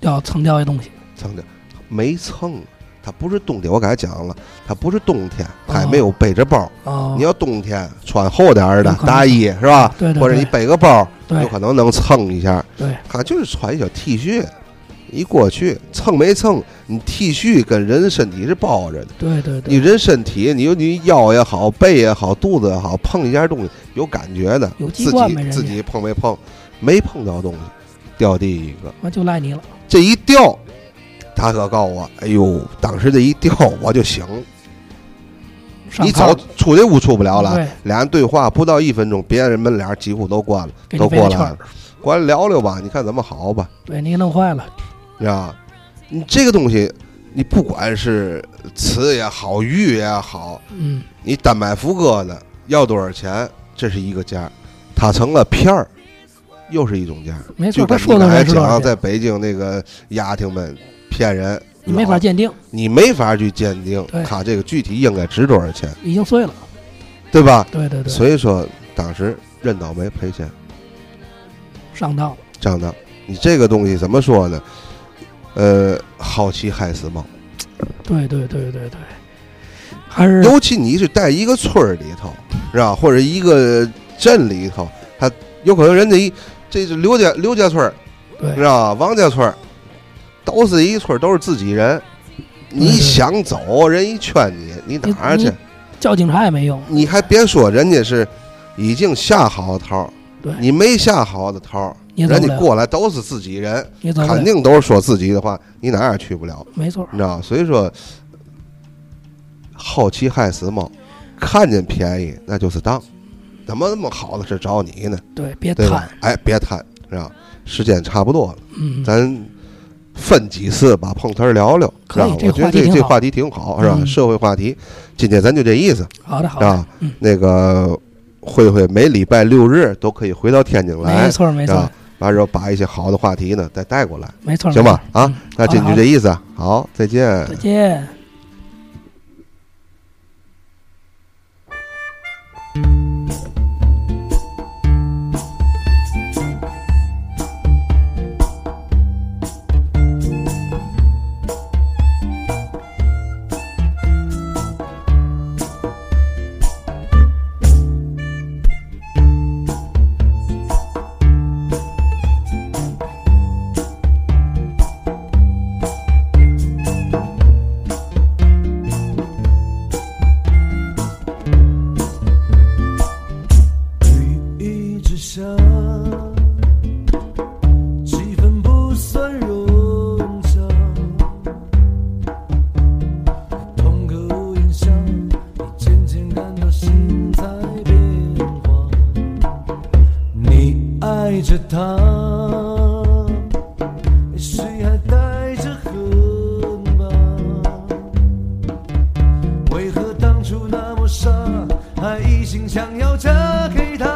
[SPEAKER 2] 要蹭掉一东西，
[SPEAKER 1] 蹭的没蹭，啊它不是冬天，我刚才讲了，它不是冬天，它也没有背着包。
[SPEAKER 2] 哦
[SPEAKER 1] 你，要冬天穿厚点儿的
[SPEAKER 2] 有可能
[SPEAKER 1] 大衣是吧？
[SPEAKER 2] 对对
[SPEAKER 1] 或者你
[SPEAKER 2] 对
[SPEAKER 1] 背个包，有
[SPEAKER 2] 对
[SPEAKER 1] 可能能蹭一下。
[SPEAKER 2] 对，
[SPEAKER 1] 它就是穿一小 T 恤，一过去蹭没蹭，你 T 恤跟人身体是包着的。
[SPEAKER 2] 对对
[SPEAKER 1] 你
[SPEAKER 2] 对，
[SPEAKER 1] 人身体，你有你腰也好，背也好，肚子也好，碰一下东西有感觉的，
[SPEAKER 2] 有
[SPEAKER 1] 自
[SPEAKER 2] 机关
[SPEAKER 1] 己
[SPEAKER 2] 没人家
[SPEAKER 1] 自己碰没碰，没碰到东西，掉地一个。
[SPEAKER 2] 那就赖你了，
[SPEAKER 1] 这一掉，他可告我，哎呦，当时这一掉我就醒，
[SPEAKER 2] 上
[SPEAKER 1] 你
[SPEAKER 2] 炕
[SPEAKER 1] 早出这屋出不了了。
[SPEAKER 2] 对，
[SPEAKER 1] 俩人对话不到一分钟，别人门帘几乎都关了，
[SPEAKER 2] 给
[SPEAKER 1] 都
[SPEAKER 2] 你围
[SPEAKER 1] 过
[SPEAKER 2] 个圈
[SPEAKER 1] 来
[SPEAKER 2] 儿
[SPEAKER 1] 了，，过来聊聊吧，你看怎么好吧，
[SPEAKER 2] 对你给弄坏了，
[SPEAKER 1] 是吧？你这个东西，你不管是瓷也好，玉也好，
[SPEAKER 2] 嗯，
[SPEAKER 1] 你单买福哥的要多少钱，这是一个价，它成了片儿，又是一种价。
[SPEAKER 2] 没错
[SPEAKER 1] 就，
[SPEAKER 2] 他
[SPEAKER 1] 跟
[SPEAKER 2] 说
[SPEAKER 1] 你
[SPEAKER 2] 的
[SPEAKER 1] 刚才
[SPEAKER 2] 我知
[SPEAKER 1] 讲，
[SPEAKER 2] 道，
[SPEAKER 1] 在北京那个丫挺们骗人，
[SPEAKER 2] 你没
[SPEAKER 1] 老
[SPEAKER 2] 法鉴定，
[SPEAKER 1] 你没法去鉴定
[SPEAKER 2] 对
[SPEAKER 1] 他这个具体应该值多少钱，
[SPEAKER 2] 已经碎了，
[SPEAKER 1] 对吧？
[SPEAKER 2] 对对对，
[SPEAKER 1] 所以说当时认倒霉赔钱，
[SPEAKER 2] 上当了，
[SPEAKER 1] 张当。你这个东西怎么说呢？呃，好奇害死猫，
[SPEAKER 2] 对对对对对，还是
[SPEAKER 1] 尤其你是在一个村儿里头，是吧？或者一个镇里头，他有可能人家一这是刘家刘家村儿，
[SPEAKER 2] 对
[SPEAKER 1] 知道吧？王家村儿，都是一村儿，都是自己人。你
[SPEAKER 2] 对对
[SPEAKER 1] 想走，人一圈你，你哪儿去
[SPEAKER 2] 你？叫警察也没用。
[SPEAKER 1] 你还别说，人家是已经下好的头儿，
[SPEAKER 2] 对
[SPEAKER 1] 你没下好的头儿，
[SPEAKER 2] 你走
[SPEAKER 1] 人
[SPEAKER 2] 不
[SPEAKER 1] 家
[SPEAKER 2] 了
[SPEAKER 1] 过来都是自己人，
[SPEAKER 2] 你走不
[SPEAKER 1] 肯
[SPEAKER 2] 了，
[SPEAKER 1] 定都是说自己的话，你哪儿也去不了，
[SPEAKER 2] 没错儿。
[SPEAKER 1] 你知道？所以说，好奇害死猫，看见便宜那就是当，怎么那么好的事找你呢？
[SPEAKER 2] 对，别
[SPEAKER 1] 嗯对吧
[SPEAKER 2] 贪，？
[SPEAKER 1] 哎，别贪，是吧？时间差不多了，
[SPEAKER 2] 嗯，
[SPEAKER 1] 咱分几次把碰瓷儿聊聊，是吧
[SPEAKER 2] 可以？这
[SPEAKER 1] 我觉得
[SPEAKER 2] 话题
[SPEAKER 1] 这
[SPEAKER 2] 挺
[SPEAKER 1] 这
[SPEAKER 2] 好
[SPEAKER 1] 话题挺好，是吧？
[SPEAKER 2] 嗯
[SPEAKER 1] 社会话题，今天咱就这意思。
[SPEAKER 2] 好的好嗯的，
[SPEAKER 1] 啊，那个慧慧每礼拜六日都可以回到天津来
[SPEAKER 2] 没，错儿没
[SPEAKER 1] 是
[SPEAKER 2] 错儿
[SPEAKER 1] 吧？完之后把一些好的话题呢再带过来，
[SPEAKER 2] 没错儿，
[SPEAKER 1] 行吧？
[SPEAKER 2] 没错儿
[SPEAKER 1] 啊，，那今天就这意思啊，好，再见
[SPEAKER 2] 嗯再。见。
[SPEAKER 3] 雨之下，气氛不算融洽。同个屋檐下，你渐渐感到心在变化。你爱着他，也许还带着恨吧。为何当初那么傻，还一心想要嫁给他？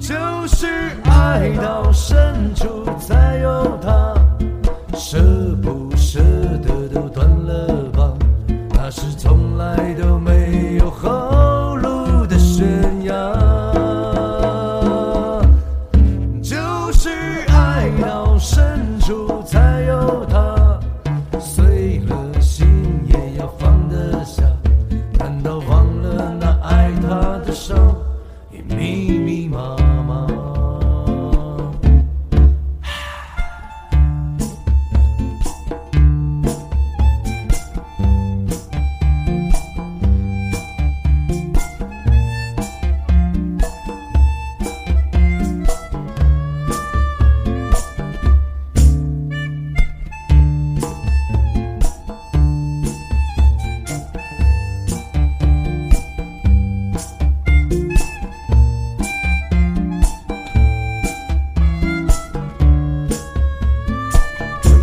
[SPEAKER 3] 就是爱到深处才有他，舍不舍得都断了吧，那是从来都没有后路的悬崖。就是爱到深处才有他，碎了心也要放得下。难道忘了那爱他的手也密密麻麻？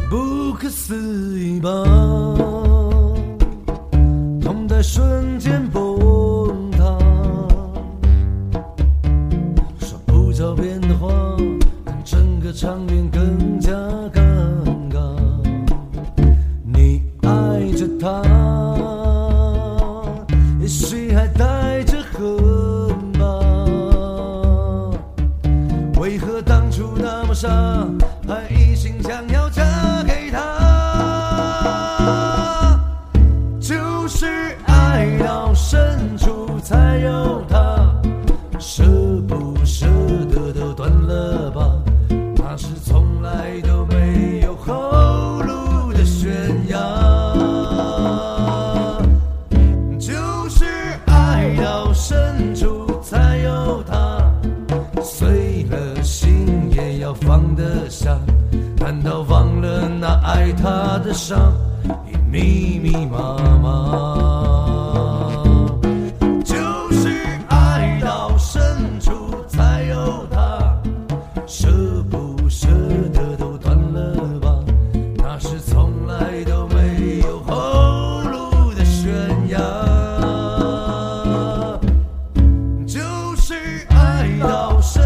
[SPEAKER 3] 不可思议吧？痛在瞬间崩塌。说不着边的话，让整个场面更加尴尬。你爱着他，也许还带着恨吧。为何当初那么傻，还一心想要嫁给他？就是爱到深处才有他，舍不舍得都断了吧，那是从来都没有后路的悬崖。就是爱到深处才有他，碎了心也要放得下。难道忘了那爱他的伤已密密麻麻？就是爱到深处才有他，舍不舍得都断了吧，那是从来都没有后路的悬崖。就是爱到深